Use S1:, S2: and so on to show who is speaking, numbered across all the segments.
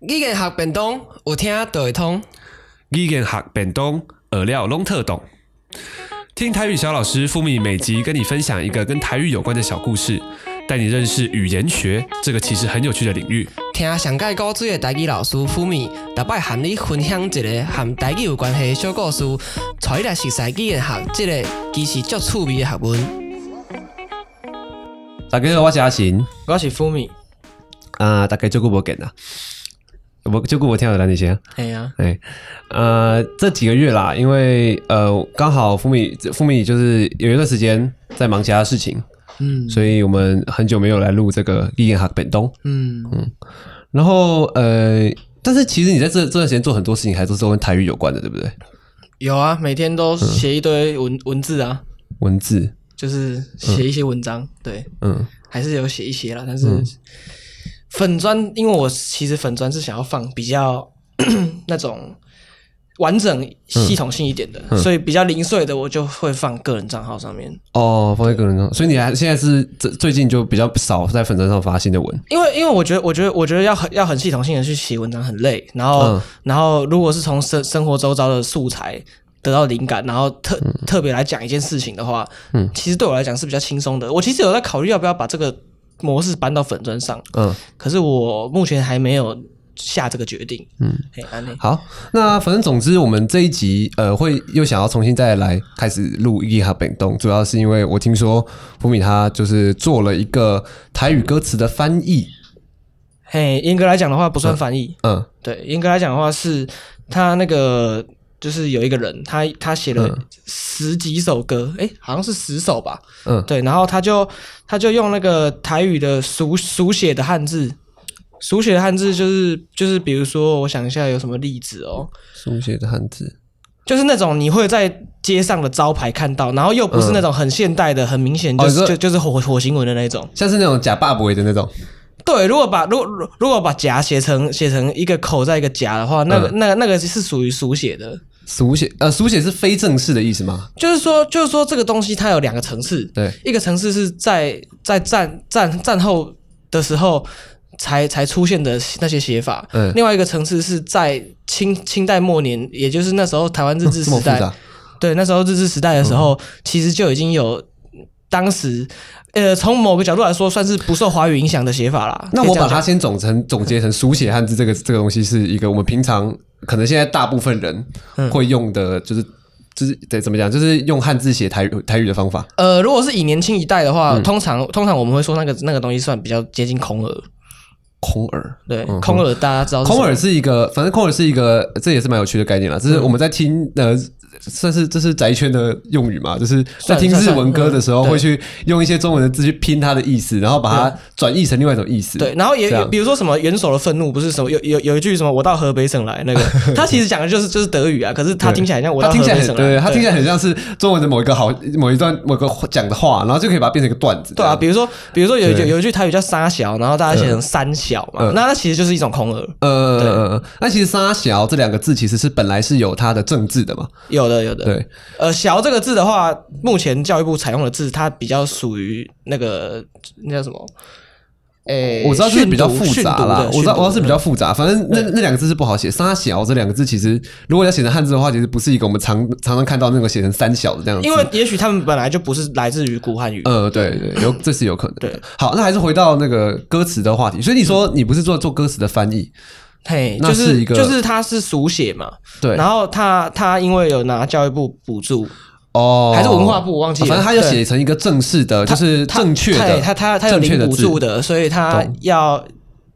S1: 语言学便当，有听就会通。
S2: 语言学本东，饵料拢特懂。听台语小老师付米每集跟你分享一个跟台语有关的小故事，带你认识语言学这个其实很有趣的领域。
S1: 听上届古锥的台语老师傅咪，逐摆含你分享一个含台语有关系的小故事，带你来熟悉语言学这个其实足趣味的学问。
S2: 大家好，我是阿行
S1: 我是傅咪，
S2: 啊、大概就久无见啦，我就久无听到咱那些。
S1: 嘿啊，
S2: 哎，呃，这几个月啦，因为呃，刚好付米付米就是有一段时间在忙其他事情，
S1: 嗯
S2: 所以我们很久没有来录这个语言学本东。
S1: 嗯，
S2: 然后呃，但是其实你在这这段时间做很多事情，还都是跟台语有关的，对不对？
S3: 有啊，每天都写一堆文、文字啊，
S2: 文字，
S3: 就是写一些文章，对，
S2: 嗯
S3: 还是有写一些啦。但是粉砖，因为我其实粉砖是想要放比较 那种完整、系统性一点的，所以比较零碎的我就会放个人账号上面。
S2: 哦，放在个人上，所以你还现在是这最近就比较少在粉砖上发新的文，
S3: 因为因为我觉得，我觉得，我觉得要很要很系统性的去写文章很累，然后、
S2: 嗯
S3: 然后如果是从生生活周遭的素材得到灵感，然后特、特别来讲一件事情的话，嗯，其实对我来讲是比较轻松的。我其实有在考虑要不要把这个模式搬到粉砖上，
S2: 嗯，
S3: 可是我目前还没有下这个决定。嗯，哎，安内，
S2: 好，那反正总之，我们这一集呃会又想要重新再来开始录《一哈本动》，主要是因为我听说福米他就是做了一个台语歌词的翻译，
S3: 嘿，严格来讲的话不算翻译，
S2: 嗯
S3: 对，严格来讲的话是他那个。就是有一个人，他他写了十几首歌，哎、好像是十首吧，
S2: 嗯，
S3: 对，然后他就他就用那个台语的俗俗写的汉字，俗写的汉字就是就是比如说，我想一下有什么例子哦，
S2: 书写的汉字，
S3: 就是那种你会在街上的招牌看到，然后又不是那种很现代的，很明显就
S2: 嗯哦
S3: 是、
S2: 你说
S3: 就就是火火星文的那种。
S2: 像是那种假爸爸的那种，
S3: 对，如果把如如如果把夹写成写成一个口在一个夹的话，那
S2: 嗯
S3: 个、那个那个是属于俗写的。
S2: 书写呃书写是非正式的意思吗？
S3: 就是说，就是说，这个东西它有两个层次，
S2: 对，
S3: 一个层次是在在战战战后的时候才才出现的那些写法，
S2: 嗯
S3: 另外一个层次是在清清代末年，也就是那时候台湾日治
S2: 哦这么
S3: 时
S2: 复
S3: 代，
S2: 杂，嗯
S3: 对，那时候日治时代的时候，其实就已经有当时呃，从某个角度来说，算是不受华语影响的写法啦。
S2: 那
S3: 可以
S2: 我
S3: 这样
S2: 把它
S3: 讲
S2: 先总成总结成书写汉字这个这个东西是一个我们平常可能现在大部分
S3: 嗯
S2: 人会用的，就是、就是对怎么讲，就是用汉字写台语台语的方法。
S3: 呃，如果是以年轻一代的
S2: 嗯
S3: 话，通常通常我们会说那个那个东西算比较接近空耳，
S2: 空耳，
S3: 对，空耳大家知道哦是什嗯
S2: 嗯空
S3: 么
S2: 耳是一个，反正空耳是一个，这也是蛮有趣的概念啦。这是我们在听、呃，算是这是宅圈的用语嘛，就是在
S3: 算
S2: 听日文歌的时候，
S3: 算算嗯嗯
S2: 会去用一些中文的字去拼它的意思，然后把它转译成另外一种意思。
S3: 对，，然后也
S2: 这样
S3: 比如说什么元首的愤怒不是什么有有有一句什么我到河北省来那个， 他其实讲的就是就是德语啊，可是他听起来像我
S2: 它
S3: 到
S2: 听
S3: 河
S2: 起来
S3: 北
S2: 很
S3: 省
S2: 对，
S3: 来，
S2: 它听起来很像是中文的某一个好某一段某个讲的话，然后就可以把它变成一个段子。
S3: 对啊，
S2: 这样，
S3: 比如说比如说有
S2: 对嗯
S3: 有有一句台语叫沙小，然后大家写成三小嘛，那它其实就是一种空耳，
S2: 呃呃呃，呃那其实“沙小”这两个字其实是本来是有它的正字的嘛。
S3: 有的有的。
S2: 对，
S3: 呃，小这个字的话，目前教育部采用的字，它比较属于那个那叫什么？诶、
S2: 我知道这是比较
S3: 训
S2: 复
S3: 读
S2: 杂啦，我知道我知道是比。
S3: 训读的训读
S2: 较
S3: 的
S2: 复杂，反正那那两个字是不好写。沙小这两个字其实，如果要写成汉字的话，其实不是一个我们常常常看到那个写成三小的这样子。
S3: 因为也许他们本来就不是来自于古汉语，
S2: 呃，对对，有这是有可能的
S3: 对。
S2: 好，那还是回到那个歌词的话题。所以你说你不是做做歌词的翻译，
S3: 嘿，
S2: 那
S3: 就是
S2: 一个
S3: 就是它是速写嘛，
S2: 对
S3: 然后他他因为有拿教育部补助，
S2: 哦，
S3: 还是文化部忘记了
S2: 反正他要
S3: 对
S2: 写成一个正式的，就是正确的，
S3: 他他他有
S2: 正确
S3: 领
S2: 的
S3: 补
S2: 字
S3: 助，的，所以他
S2: 懂
S3: 要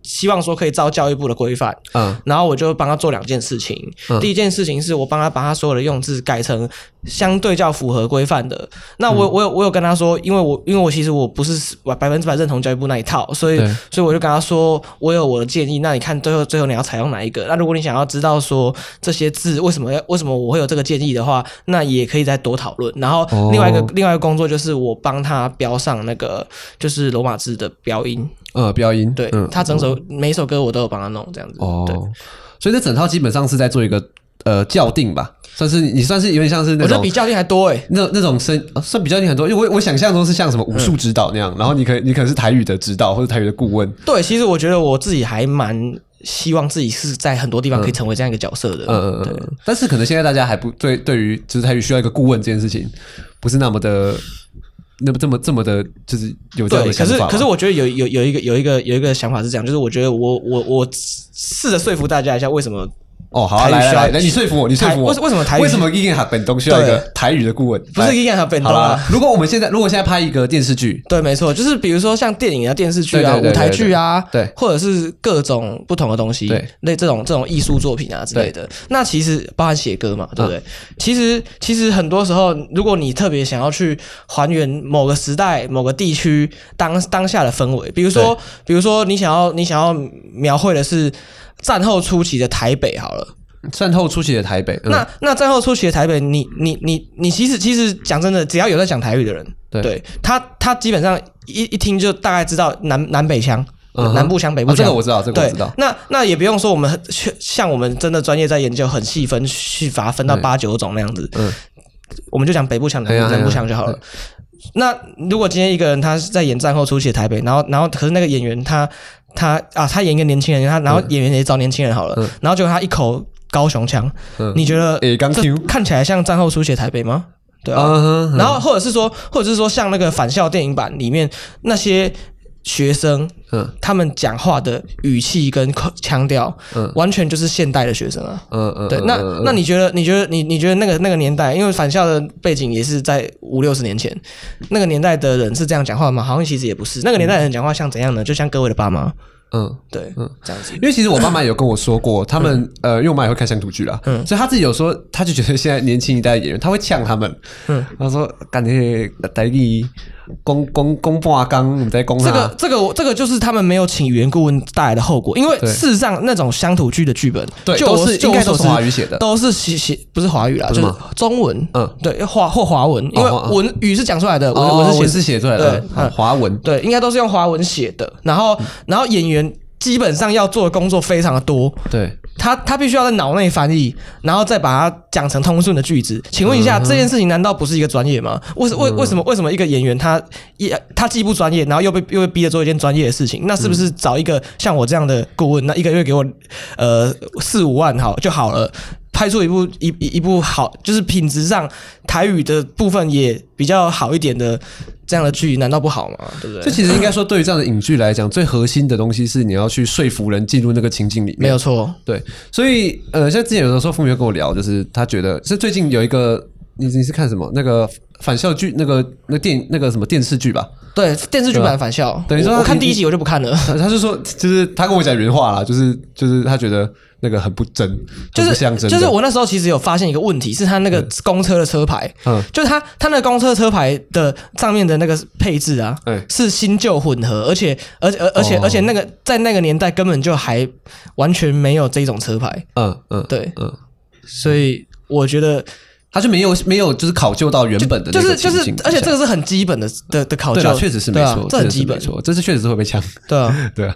S3: 希望说可以照教育部的规范。
S2: 嗯，
S3: 然后我就帮他做两件事情，第一件事情是我帮他把他所有的用字改成相对较符合规范的。那
S2: 嗯
S3: 我、我有我有跟他说，因为我因为我其实我不是百百分之百认同教育部那一套，所以
S2: 对
S3: 所以我就跟他说，我有我的建议，那你看最后最后你要采用哪一个？那如果你想要知道说这些字为什么要为什么我会有这个建议的话，那也可以再多讨论。然后
S2: 哦
S3: 另外一个、另外一个工作就是我帮他标上那个就是罗马字的标音，
S2: 呃，标音，
S3: 对、
S2: 嗯，哦
S3: 他整首、每一首歌我都有帮他弄这样子。对
S2: 哦，所以这整套基本上是在做一个呃校订吧，算是你算是有点像是那
S3: 我觉得
S2: 种
S3: 比教练还多哎、
S2: 那那种声、啊算比较你很多，因为我我想象中是像什么
S3: 嗯
S2: 武术指导那样，然后你可你可能是台语的指导或者台语的顾问，
S3: 对，其实我觉得我自己还蛮希望自己是在很多地方可以成为这样一个角色的。嗯
S2: 呃，
S3: 对，
S2: 但是可能现在大家还不对对于就是台语需要一个顾问这件事情，不是那么的那么这么这么的，就是嗯有这样
S3: 对，
S2: 的
S3: 可
S2: 想
S3: 是
S2: 法吧。
S3: 可是我觉得有有有一个有一个有一个想法是这样，就是我觉得我我我试着说服大家一下，为什么
S2: 哦，好啊、
S3: 台语
S2: 来来
S3: 需要
S2: 来来，你说服我，你说服我，
S3: 台为为什么台语
S2: 为什么一定本东需要一个
S3: 对
S2: 台语的顾问？
S3: 不是一样的本
S2: 好
S3: 东啊
S2: 啦？，如果我们现在如果现在拍一个电视剧，
S3: 对，没错，就是比如说像电影啊、电视剧啊、
S2: 对对对
S3: 舞台剧啊，
S2: 对对对
S3: 或者是各种不同的东西，
S2: 对，
S3: 类这种这种艺术作品啊之类的。那其实包含写歌嘛，对
S2: 啊
S3: 不对？其实其实很多时候，如果你特别想要去还原某个时代、某个地区当当下的氛围，比如说比如说你想要你想要描绘的是战后初期的台北，好了。
S2: 战后初期的台北，嗯
S3: 那那战后初期的台北，你你你你其实其实讲真的，只要有在讲台语的人，
S2: 对
S3: 他他基本上一一听就大概知道南南北腔、
S2: 嗯哼
S3: 南部腔、北部
S2: 啊
S3: 腔。
S2: 这个我知道，这个我
S3: 对
S2: 知道，。
S3: 那那也不用说，我们很去像我们真的专业在研究，很细分去把它分到
S2: 对
S3: 八九种那样子。
S2: 嗯，
S3: 我们就讲北部腔、
S2: 哎呀
S3: 南部南部腔就好了。那如果今天一个人他是在演战后初期的台北，然后然后可是那个演员他他啊他演一个年轻人，他
S2: 嗯
S3: 然后演员也找年轻人好了，然后结果他一口高雄腔，
S2: 嗯
S3: 你觉得
S2: 诶，刚 Q
S3: 这看起来像战后书写台北吗？对啊，
S2: 啊
S3: 然后或者是说，或者是说像那个返校电影版里面那些学生，
S2: 嗯
S3: 他们讲话的语气跟口腔调，
S2: 嗯
S3: 完全就是现代的学生啊。
S2: 嗯嗯，
S3: 对，
S2: 嗯
S3: 那
S2: 嗯
S3: 那你觉得？你觉得你你觉得那个那个年代，因为返校的背景也是在五六十年前，那个年代的人是这样讲话吗？好像其实也不是。那个年代的人讲话像怎样呢？就像各位的爸妈，
S2: 嗯。
S3: 对，这样子。
S2: 因为其实我爸妈有跟我说过，他们、
S3: 嗯
S2: 呃，因为我妈也会看乡土剧啦，所以她自己有说，她就觉得现在年轻一代的演员，她会呛他们，嗯，她说感觉台语公公公半刚，你在公
S3: 这个这个我这个就是他们没有请语言顾问带来的后果，因为
S2: 对
S3: 事实上那种乡土剧的剧本，
S2: 对
S3: 就
S2: 都
S3: 我
S2: 是
S3: 就
S2: 应
S3: 我
S2: 该都
S3: 所
S2: 是
S3: 知
S2: 华语写的
S3: 都是写写不是华语啦，
S2: 不
S3: 就是是
S2: 吗
S3: 中文，
S2: 嗯，
S3: 对华或华文，因为
S2: 哦哦
S3: 文语是讲出来的，文
S2: 哦
S3: 文是写
S2: 文字写出来的
S3: 对，
S2: 好
S3: 嗯
S2: 华文，
S3: 对，应该都是用华文写的，然后
S2: 嗯
S3: 然后演员基本上要做的工作非常的多，
S2: 对，
S3: 他他必须要在脑内翻译，然后再把它讲成通顺的句子。请问一
S2: 嗯
S3: 下，这件事情难道不是一个专业吗？为什为为什么为什么一个演员他也他既不专业，然后又被又被逼着做一件专业的事情？那是不是
S2: 嗯
S3: 找一个像我这样的顾问，那一个月给我呃四五万好就好了？拍出一部一一一部好，就是品质上台语的部分也比较好一点的这样的剧，难道不好吗？对不
S2: 这
S3: 对？
S2: 其实应该说，对于这样的影剧来讲，最核心的东西是你要去说服人进入那个情境里面。
S3: 没有错，
S2: 对，所以呃，像之前有的时候，傅明跟我聊，就是他觉得是最近有一个，你你是看什么那个返校剧，那个那电那个什么电视剧吧？
S3: 对电视剧版返校，
S2: 等于说
S3: 我我看
S2: 你
S3: 第一集我就不看了。
S2: 他他是说，就是他跟我讲原话啦，就是就是他觉得那个很不真，
S3: 就
S2: 很不
S3: 是
S2: 像真的
S3: 就是我那时候其实有发现一个问题，是他那个公车的车牌，
S2: 嗯
S3: 就是他他那个公车车牌的上面的那个配置啊，
S2: 哎
S3: 是新旧混合，而且而且而而且、
S2: 哦
S3: 而且那个在那个年代根本就还完全没有这种车牌，
S2: 嗯嗯
S3: 对，
S2: 嗯，
S3: 所以我觉得
S2: 他就没有没有就是考究到原本的
S3: 就
S2: 那
S3: 是
S2: 个
S3: 就是
S2: 情境，
S3: 而且
S2: 下
S3: 这个是很基本的的的考
S2: 对啦
S3: 究，
S2: 确实是没
S3: 对啊
S2: 错，
S3: 这很
S2: 确实是
S3: 基本
S2: 没，错，这是确实是会被呛，
S3: 对啊，
S2: 对啊，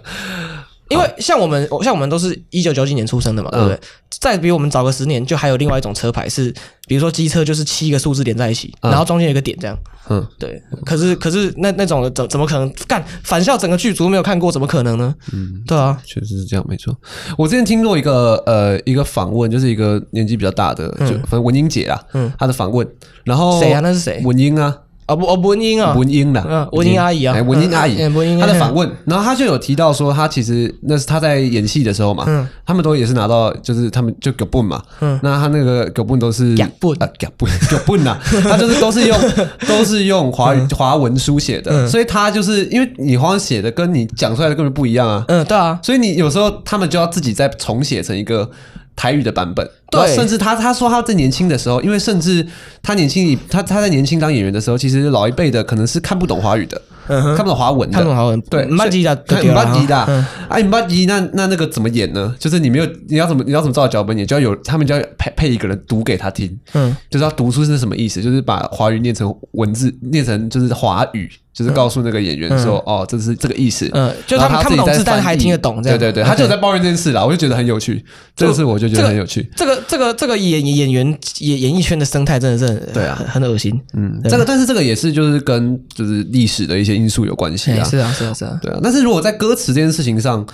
S3: 因为像我们，像我们都是一九九几年出生的嘛，对
S2: 嗯
S3: 不对？再比我们早个十年，就还有另外一种车牌是，比如说机车就是七个数字连在一起，
S2: 嗯
S3: 然后中间有一个点这样。
S2: 嗯，
S3: 对。可是可是那那种的怎怎么可能干返校整个剧组没有看过，怎么可能呢？嗯，对啊，
S2: 确实是这样，没错。我之前听过一个呃一个访问，就是一个年纪比较大的，就反正文英姐啦，嗯，她的访问，然后
S3: 嗯谁啊那是谁
S2: 文英啊，
S3: 啊不哦文英啊，
S2: 文英啦
S3: 嗯，文英阿姨啊
S2: 哎文英阿姨
S3: 嗯嗯，文英
S2: 她的
S3: 嗯
S2: 访问，然后她就有提到说，她其实那是她在演戏的时候嘛，
S3: 嗯
S2: 他们都也是拿到，就是他们就狗笨嘛，那她那个狗笨都是
S3: 假笨
S2: 啊狗 笨狗笨呐，她就是 都是用都是用华
S3: 嗯
S2: 语华文书写的，所以她就是因为你华文写的跟你讲出来的根本不一样啊，
S3: 嗯，对啊，
S2: 所以你有时候他们就要自己再重写成一个台语的版本，
S3: 对
S2: 然后甚至他他说他在年轻的时候，因为甚至他年轻他他在年轻当演员的时候，其实老一辈的可能是看不懂华语的，
S3: 嗯哼
S2: 看不懂华文的，
S3: 看不懂华文
S2: 对，
S3: 不捌字的
S2: 所以
S3: 就对
S2: 看
S3: 了
S2: 不捌字的
S3: 嗯
S2: 啊，你不捌字，那那那个怎么演呢？就是你没有，你要怎么你要怎么照脚本演，就要有他们就要配配一个人读给他听，
S3: 嗯，
S2: 就是要读出是什么意思，就是把华语念成文字，念成就是华语就是告诉那个演员说，哦，这是这个意思。
S3: 嗯，就他
S2: 然
S3: 们
S2: 后
S3: 看
S2: 自
S3: 不
S2: 己
S3: 懂
S2: 在
S3: 字，但
S2: 翻
S3: 还
S2: 译
S3: 听得懂，这
S2: 对
S3: 样
S2: 对对，他 就有在抱怨这件事啦，我就觉得很有趣，这个
S3: 就
S2: 事我就觉
S3: 这
S2: 得
S3: 个
S2: 很有趣。
S3: 这个这个这个演演员演演艺圈的生态真的是很
S2: 对啊
S3: 很很恶心。
S2: 嗯，这个但是这个也是就是跟就是历史的一些因素有关系
S3: 哎
S2: 啊。
S3: 是啊是啊是啊，
S2: 对啊，但是如果在歌词这件事情上，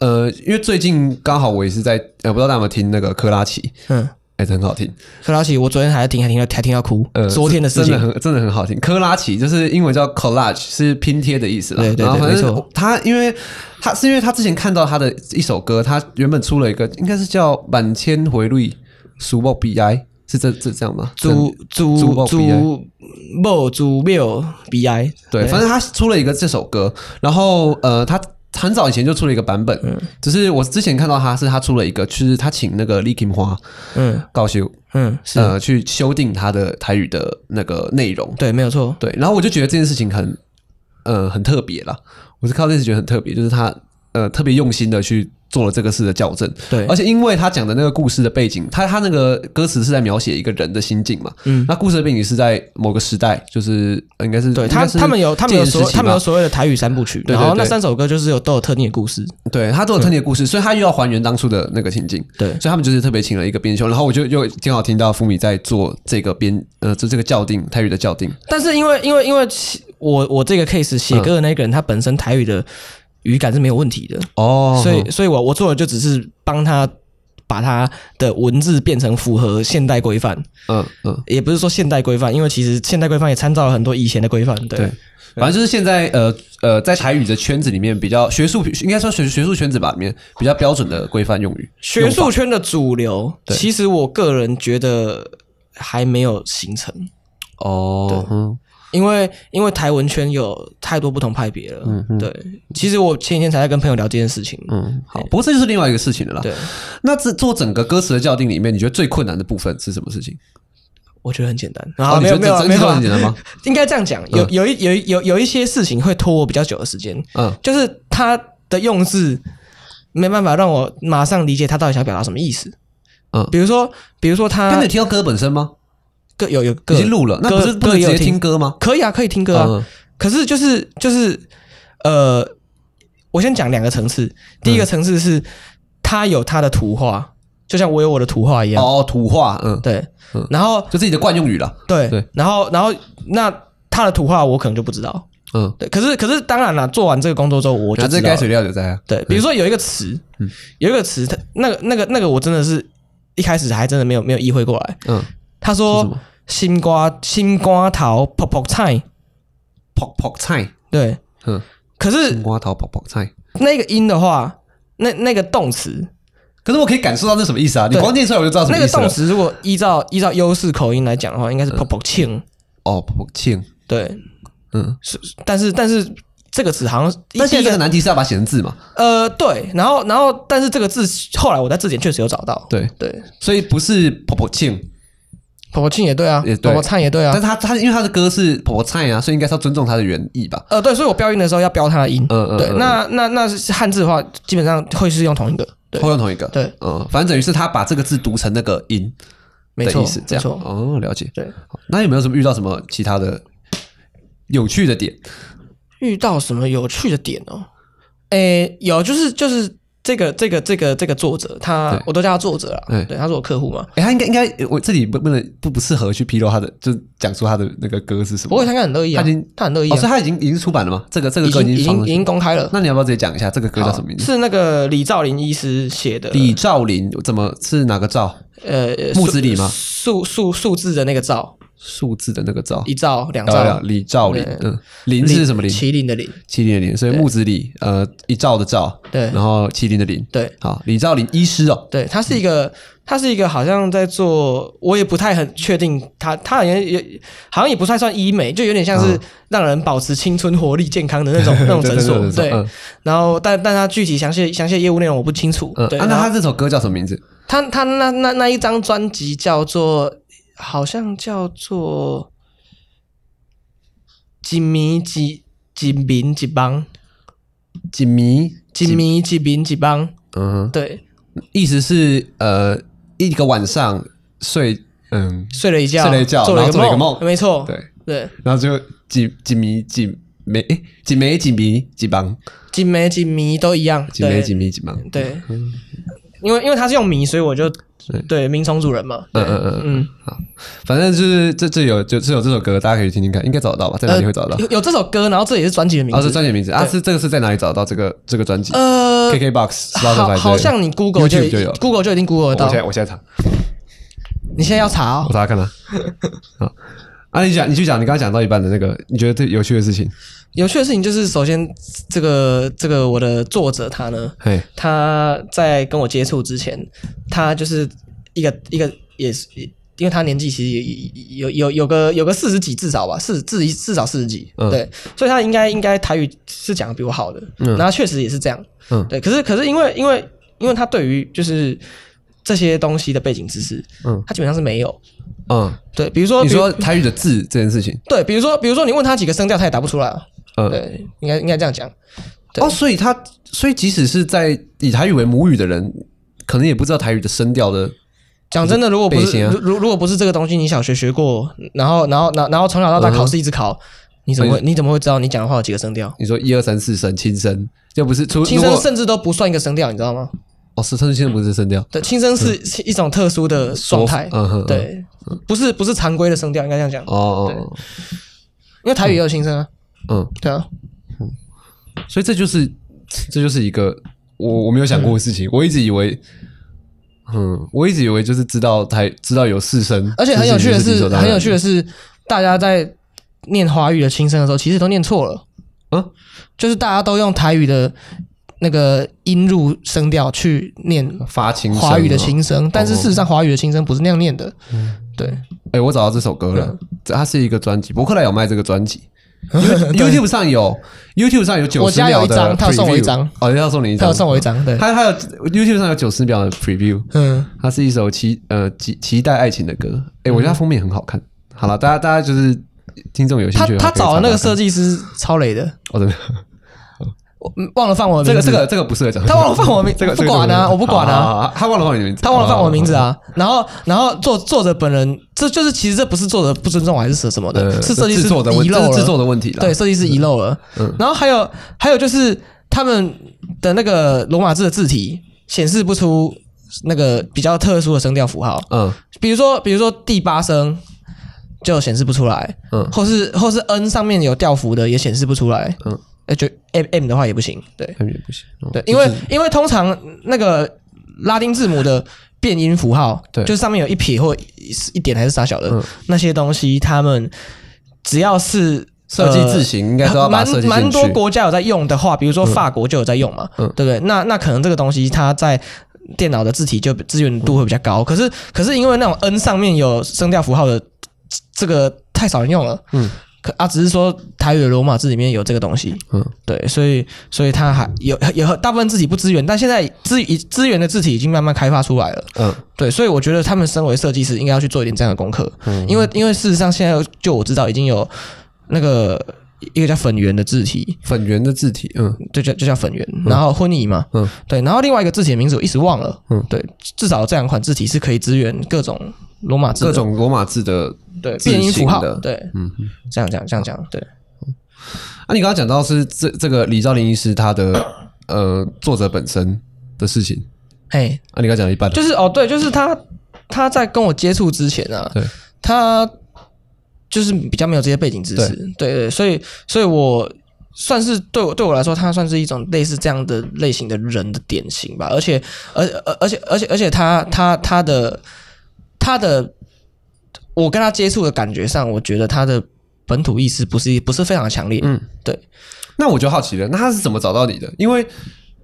S2: 呃，因为最近刚好我也是在，呃，不知道大家有没有听那个科拉奇，
S3: 嗯，
S2: 哎、真很好听。
S3: 克劳奇，我昨天还在听，还听到还听到哭
S2: 呃，，
S3: 昨天的事
S2: 真
S3: 情
S2: 的。很真的很好听。科拉奇就是英文叫 collage，是拼贴的意思啦。
S3: 对对对
S2: 然后反
S3: 没
S2: 正
S3: 错
S2: 他因为他是因为他之前看到他的一首歌，他原本出了一个应该是叫《满千回绿苏莫 BI》，是这这这样吗？
S3: 猪
S2: 猪
S3: 猪
S2: 爆鼻
S3: 猪某猪谬鼻癌，
S2: 对，反正他出了一个这首歌，然后呃，他很早以前就出了一个版本，
S3: 嗯
S2: 只是我之前看到他是他出了一个，就是他请那个 Lee Kim 花
S3: 嗯
S2: 告修，
S3: 嗯是，
S2: 呃，去修订他的台语的那个内容，
S3: 对，没有错，
S2: 对，然后我就觉得这件事情很，呃，很特别啦。我是靠这件事觉得很特别，就是他呃特别用心的去做了这个事的校正，
S3: 对
S2: 而且因为他讲的那个故事的背景，他他那个歌词是在描写一个人的心境嘛，
S3: 嗯
S2: 那故事的背景是在某个时代，就是呃应该是
S3: 对
S2: 应
S3: 他
S2: 该是
S3: 他们有他们有
S2: 戒严时
S3: 所
S2: 期
S3: 他们
S2: 吧
S3: 有所谓的台语三部曲，
S2: 对对
S3: 然后
S2: 对
S3: 那三首歌就是有都有特定的故事，
S2: 对他
S3: 嗯
S2: 都有特定的故事，所以他又要还原当初的那个情境，
S3: 对
S2: 所以他们就是特别请了一个编修，然后我就又挺好听到福米在做这个编呃就这个校订台语的校订，
S3: 但是因为因为因为其我我这个 case 写歌的那个人，他本身台语的语感是没有问题的，
S2: 哦
S3: 所以所以我我做的就只是帮他把他的文字变成符合现代规范，
S2: 嗯嗯。
S3: 也不是说现代规范，因为其实现代规范也参照了很多以前的规范，对
S2: 对，反正就是现在，呃呃，在台语的圈子里面，比较学术，应该说学学术圈子吧，里面比较标准的规范用语。
S3: 学术圈的主流，
S2: 对
S3: 其实我个人觉得还没有形成。
S2: 哦，嗯
S3: 因为因为台文圈有太多不同派别了，对。其实我前几天才在跟朋友聊这件事情，
S2: 嗯，好。不过这就是另外一个事情了啦。
S3: 对，
S2: 那这做整个歌词的校订里面，你觉得最困难的部分是什么事情？
S3: 我觉得很简单。
S2: 哦
S3: 啊，
S2: 你
S3: 没
S2: 觉
S3: 有
S2: 得
S3: 没有没
S2: 整整体
S3: 有
S2: 都
S3: 啊
S2: 很，简 单吗？
S3: 应该这样讲，有有一有一有有一些事情会拖我比较久的时间，
S2: 嗯
S3: 就是他的用字没办法让我马上理解他到底想表达什么意思。
S2: 嗯，
S3: 比如说，比如说
S2: 那
S3: 他
S2: 你有听到歌本身吗？
S3: 各有有
S2: 已
S3: 各
S2: 经录了，那不是
S3: 歌
S2: 不能
S3: 歌也
S2: 直
S3: 有
S2: 接听歌吗？
S3: 可以啊，可以听歌啊。
S2: 嗯
S3: 可是就是就是呃，我先讲两个层次。第一个层次是、他有他的图画，就像我有我的图画一样。
S2: 哦，土话，嗯，
S3: 对，
S2: 嗯
S3: 然后
S2: 就自己的惯用语了。
S3: 对
S2: 对
S3: 然后然后那他的图画我可能就不知道。
S2: 嗯，
S3: 对，可是可是当然了，做完这个工作之后，我
S2: 我
S3: 就
S2: 这
S3: 知道
S2: 该嗯
S3: 了。
S2: 水料就在啊。
S3: 对，比如说有一个词，有一个词，它那个那个那个，我真的是一开始还真的没有没有意会过来。
S2: 嗯，
S3: 他
S2: 是什
S3: 说
S2: 么
S3: 新瓜新瓜桃泡泡菜，
S2: 泡泡菜，
S3: 对，
S2: 嗯，
S3: 可是
S2: 青瓜头泡泡菜。
S3: 那个音的话，那那个动词，
S2: 可是我可以感受到那什么意思啊！你
S3: 对
S2: 光念出来我就知道什么
S3: 那
S2: 意
S3: 个
S2: 思了
S3: 动。词如果依照依照优势口音来讲的话，应
S2: 呃
S3: 该是 p o p o c h i n
S2: 哦，泡泡庆，
S3: 对，
S2: 嗯，
S3: 但是但是这个词好像
S2: 那现在这个
S3: 一
S2: 难题是要把它写成字嘛？
S3: 呃对，然后然后但是这个字后来我在字典确实有找到，
S2: 对，
S3: 对
S2: 所以不是泡泡庆，
S3: p o p o c h i n 也对啊
S2: 也
S3: p
S2: 对
S3: o p o c h i n 也对
S2: 但
S3: 啊
S2: 是，他他因为他的歌是泡泡菜啊，所以应该是要尊重他的原意吧？
S3: 呃对，所以我标音的时候要标它的音，
S2: 嗯嗯
S3: 对
S2: 嗯，
S3: 那那那是汉字的话，基本上会是用同一个，对，
S2: 会用同一个，
S3: 对，
S2: 嗯，反正等于是他把这个字读成那个音
S3: 没
S2: 的
S3: 错
S2: 意思，，这
S3: 没
S2: 样
S3: 错，
S2: 哦，了解。
S3: 对。
S2: 好那有没有什么遇到什么其他的有趣的点？
S3: 遇到什么有趣的点哦？诶，有，就是就是这个这个这个这个作者，他
S2: 对
S3: 我都叫他作者啊
S2: 对，
S3: 对，他是我客户嘛。
S2: 哎，他应该应该我这里不不能不不适合去披露他的，就讲出他的那个歌是什
S3: 不
S2: 么
S3: 过。他应该很乐意啊，
S2: 他已经
S3: 他很乐意
S2: 哦，所以
S3: 啊，
S2: 他已经已经出版了吗？这个这个
S3: 已
S2: 歌
S3: 经已
S2: 放
S3: 经
S2: 上
S3: 已
S2: 去
S3: 经公开了。啊
S2: 那你要不要直接讲一下这个歌叫什么名字？
S3: 是那个李兆林医师写的，
S2: 李兆林怎么是哪个兆？
S3: 呃
S2: 木子李吗
S3: 数数数字的那个兆，
S2: 数字的那个兆
S3: 一。兆两
S2: 漂亮
S3: 兆，，
S2: 李兆林
S3: 对，
S2: 嗯，哦啊林是什么林？
S3: 麒麟的麟，
S2: 麒麟的麟，所以木子李，呃，一兆的兆，
S3: 对
S2: 然后麒麟的麟，
S3: 对
S2: 好，李兆林医师哦，
S3: 对，他是一个，他是一个好像在做，我也不太很确定他，他好像也好像也不太算医美，就有点像是让人保持青春活力、健康的那 种那种诊所。
S2: 嗯对，
S3: 对
S2: 嗯，
S3: 然后但但他具体详细详细的业务内容我不清楚。
S2: 嗯
S3: 对，
S2: 啊，
S3: 然
S2: 那
S3: 后
S2: 他这首歌叫什么名字？
S3: 他他那那那一张专辑叫做，好像叫做《一米一一民一帮》，
S2: 锦迷，
S3: 一米一民一帮。
S2: 嗯，
S3: 对，
S2: 意思是呃，一个晚上睡，嗯，
S3: 睡了一觉，
S2: 睡了一觉
S3: 做了一
S2: 然后做了一
S3: 个
S2: 个梦
S3: 没错，
S2: 对，
S3: 对
S2: 然后就锦锦迷锦每诶几枚几米几磅，
S3: 几枚几米都一样，
S2: 几枚
S3: 对
S2: 几米几嗯磅。
S3: 对，因为因为他是用米，所以我就对民从主人嘛，
S2: 嗯嗯嗯嗯，
S3: 嗯，
S2: 反正就是这这有就这有这首歌，大家可以听听看，应该找得到吧？在哪里会找得到？
S3: 有有这首歌，然后这也是专辑呃的名
S2: 啊，
S3: 字，
S2: 是专辑名字啊，是这个是在哪里找到这个这个专辑
S3: 呃，
S2: ？KKBox、
S3: 好
S2: Spotify
S3: 好像你 Google 就
S2: YouTube 就有
S3: Google 就已经 Google
S2: 我
S3: 得
S2: 现在
S3: 到，
S2: 哦我现在查，
S3: 你现在要查哦
S2: 我。查 看啊。好，啊，你讲你去讲你刚刚讲到一半的那个，你觉得最有趣的事情？
S3: 有趣的事情就是，首先这个这个我的作者他呢，
S2: 嘿，
S3: 他在跟我接触之前，他就是一个一个也是，因为他年纪其实也有有有个有个四十几至少吧，四至至少四十几，
S2: 嗯
S3: 对，所以他应该应该台语是讲的比我好的，然后确实也是这样，
S2: 嗯
S3: 对，可是可是因为因为因为他对于就是这些东西的背景知识，
S2: 嗯
S3: 他基本上是没有，
S2: 嗯，
S3: 对，比如说
S2: 你
S3: 比如
S2: 说台语的字这件事情，
S3: 对，比如说比如说你问他几个声调，他也答不出来啊，
S2: 嗯，
S3: 对，应该应该这样讲。对
S2: 哦，所以他所以即使是在以台语为母语的人，可能也不知道台语的声调的，
S3: 讲真的，如果不
S2: 背
S3: 是
S2: 心啊
S3: 如如如果不是这个东西，你小学学过，然后然后然后然后从小到大考试一直考，你怎么会你怎么会知道你讲的话有几个声调？
S2: 你说一二三四声轻声，又不是除
S3: 轻
S2: 如
S3: 声
S2: 果
S3: 甚至都不算一个声调，你知道吗？
S2: 哦，是声轻声不是声调，
S3: 对，轻声是是一种特殊的状态
S2: 嗯哼，，
S3: 对，不是不是常规的声调，应该这样讲
S2: 嗯，哦
S3: 因为台语也有轻声啊，
S2: 哦，嗯，
S3: 对啊，
S2: 所以这就是这就是一个我我没有想过的事情，我一直以为。嗯，我一直以为就是知道台知道有四声，
S3: 而且很有趣的
S2: 这件事情
S3: 是，
S2: 就当然
S3: 很有趣的是，大家在念华语的轻声的时候，其实都念错了，
S2: 嗯，
S3: 就是大家都用台语的那个音入声调去念
S2: 发啊情
S3: 华语的
S2: 情。
S3: 轻声，但是事实
S2: 哦
S3: 上华语的轻声不是那样念的。对，
S2: 哎、我找到这首歌
S3: 嗯
S2: 了，这它是一个专辑，博客来有卖这个 专辑，You-，YouTube 上有，YouTube 上有九
S3: 我
S2: 十
S3: 家有
S2: 秒
S3: 一
S2: 的 preview，
S3: 张他有送我一张
S2: 哦，他送你一
S3: 他
S2: 张，
S3: 有送我一张，对，
S2: 他还有 YouTube 上有九十秒的 preview，
S3: 嗯，
S2: 它是一首期呃期期待爱情的歌，哎、我觉
S3: 嗯
S2: 得它封面很好看。好了，大家大家就是听众有兴
S3: 他
S2: 趣的话，
S3: 他找的那个设计
S2: 计，
S3: 师超雷的，
S2: 我真的
S3: 我嗯忘了放我的
S2: 这
S3: 哦名
S2: 个
S3: 字，
S2: 这个这个不适合讲，
S3: 他忘了放我名
S2: 这个
S3: 不管啊我不管啊，
S2: 这个好好好好他忘了放你的名字，
S3: 他忘了放我名字
S2: 啊，
S3: 啊。然后然后作作者本人，这就是其实这不是作者不尊重我还是什么的，
S2: 呃
S3: 是设计师
S2: 制作的问
S3: 遗
S2: 题，
S3: 漏
S2: 这是制
S3: 了
S2: 作，的问嗯题了，
S3: 对，设计师遗漏了。然后还有还有就是他们的那个罗马字的字体显示不出那个比较特殊的声调符号，
S2: 嗯
S3: 比如说，比如说第八声就显示不出来，
S2: 嗯
S3: 或是或是 N 上面有调符的也显示不出来，
S2: 嗯
S3: 嗯，呃，就 M M 的话也不行，对
S2: 他们也不行，哦
S3: 对，因为因为通常那个拉丁字母的变音符号，
S2: 对嗯
S3: 就是上面有一撇或一一点还是啥小的、那些东西，他们只要是
S2: 设计
S3: 呃
S2: 字型应该都要把它
S3: 蛮
S2: 设计进去嗯
S3: 蛮多国家有在用的话，比如说法国就有在用嘛，对不对？那那可能这个东西它在电脑的字体就资源度会比较高，可是可是因为那种 N 上面有声调符号的这个太少人用了，嗯。可啊，只是说台语的罗马字里面有这个东西，
S2: 嗯
S3: 嗯，对，所以所以它还有有大部分字体不支援，但现在资资源的字体已经慢慢开发出来了，
S2: 嗯。
S3: 对，所以我觉得他们身为设计师，应该要去做一点这样的功课，
S2: 嗯
S3: 因为因为事实上现在就我知道已经有那个一个叫粉圆的字体，
S2: 粉圆的字体，嗯，
S3: 就叫就叫粉圆，然后婚礼嘛，
S2: 嗯
S3: 对，然后另外一个字体的名字我一时忘了，
S2: 嗯
S3: 对，至少这两款字体是可以支援各种罗马字的
S2: 各种罗马字的。
S3: 对
S2: 字
S3: 变音符
S2: 形
S3: 号
S2: 的，
S3: 对，嗯，这样讲这样讲，对，
S2: 啊，你刚刚讲到是这这个李兆林医师他的呃作者本身的事情，
S3: 哎，
S2: 啊，你刚刚讲了一半，
S3: 就是哦，对，就是他他在跟我接触之前啊，
S2: 对，
S3: 他就是比较没有这些背景知识，对对，所以所以我算是对我对我来说，他算是一种类似这样的类型的人的典型吧，而且而而而且而且而且他他他的他的我跟他接触的感觉上，我觉得他的本土意识不是不是非常强烈，嗯，对，
S2: 那我就好奇了，那他是怎么找到你的？因为